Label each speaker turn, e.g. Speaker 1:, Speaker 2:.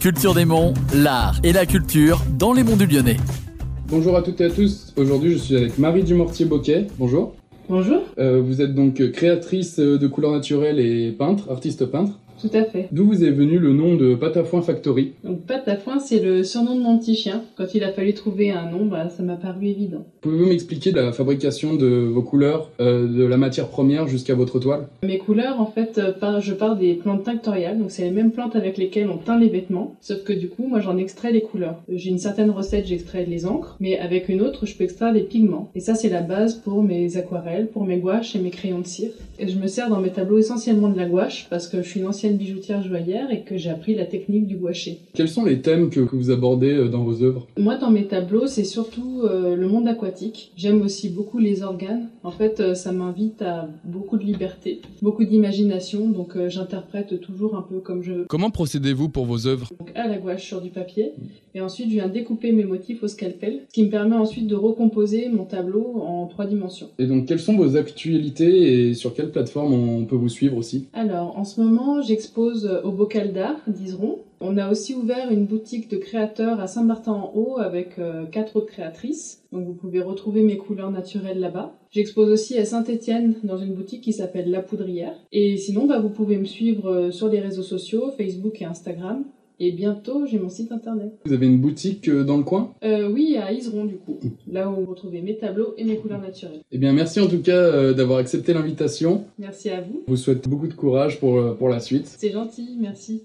Speaker 1: Culture des Monts, l'art et la culture dans les monts du Lyonnais.
Speaker 2: Bonjour à toutes et à tous. Aujourd'hui, je suis avec Marie Dumortier-Boquet. Bonjour.
Speaker 3: Bonjour,
Speaker 2: Euh, vous êtes donc créatrice euh, de couleurs naturelles et peintre, artiste peintre.
Speaker 3: tout à fait.
Speaker 2: D'où vous est venu le nom de Pâte à foin Factory
Speaker 3: Donc pâte à foin, c'est le surnom de mon petit chien. Quand il a fallu trouver un nom, bah, ça m'a paru évident.
Speaker 2: Pouvez-vous m'expliquer la fabrication de vos couleurs, euh, de la matière première jusqu'à votre toile
Speaker 3: Mes couleurs, en fait, euh, par- je pars des plantes tinctoriales, donc c'est les mêmes plantes avec lesquelles on teint les vêtements, sauf que du coup, moi j'en extrais les couleurs. Euh, J'ai une certaine recette, j'extrais les encres, mais avec une autre, je peux extraire les pigments. Et ça, c'est la base pour mes aquarelles, pour mes gouaches et mes crayons de cire. Et je me sers dans mes tableaux essentiellement de la gouache, parce que je suis une ancienne bijoutière joaillière et que j'ai appris la technique du gouaché.
Speaker 2: Quels sont les thèmes que, que vous abordez euh, dans vos œuvres
Speaker 3: Moi, dans mes tableaux, c'est surtout euh, le monde aquatique. J'aime aussi beaucoup les organes. En fait, euh, ça m'invite à beaucoup de liberté, beaucoup d'imagination, donc euh, j'interprète toujours un peu comme je veux.
Speaker 2: Comment procédez-vous pour vos œuvres
Speaker 3: Donc à la gouache sur du papier, et ensuite je viens découper mes motifs au scalpel, ce qui me permet ensuite de recomposer mon tableau en trois dimensions.
Speaker 2: Et donc, quelles sont vos actualités et sur quelle plateforme on peut vous suivre aussi
Speaker 3: Alors, en ce moment, j'expose euh, au Bocal d'Art, d'Iseron. On a aussi ouvert une boutique de créateurs à Saint-Martin-en-Haut avec euh, quatre autres créatrices. Donc, vous pouvez retrouver mes couleurs naturelles là-bas. J'expose aussi à Saint-Étienne dans une boutique qui s'appelle La Poudrière. Et sinon, bah, vous pouvez me suivre euh, sur les réseaux sociaux, Facebook et Instagram. Et bientôt, j'ai mon site internet.
Speaker 2: Vous avez une boutique euh, dans le coin
Speaker 3: Euh, oui, à Iseron, du coup, là où vous retrouvez mes tableaux et mes couleurs naturelles.
Speaker 2: Eh bien, merci en tout cas euh, d'avoir accepté l'invitation.
Speaker 3: Merci à vous.
Speaker 2: Je vous souhaite beaucoup de courage pour, euh, pour la suite.
Speaker 3: C'est gentil, merci.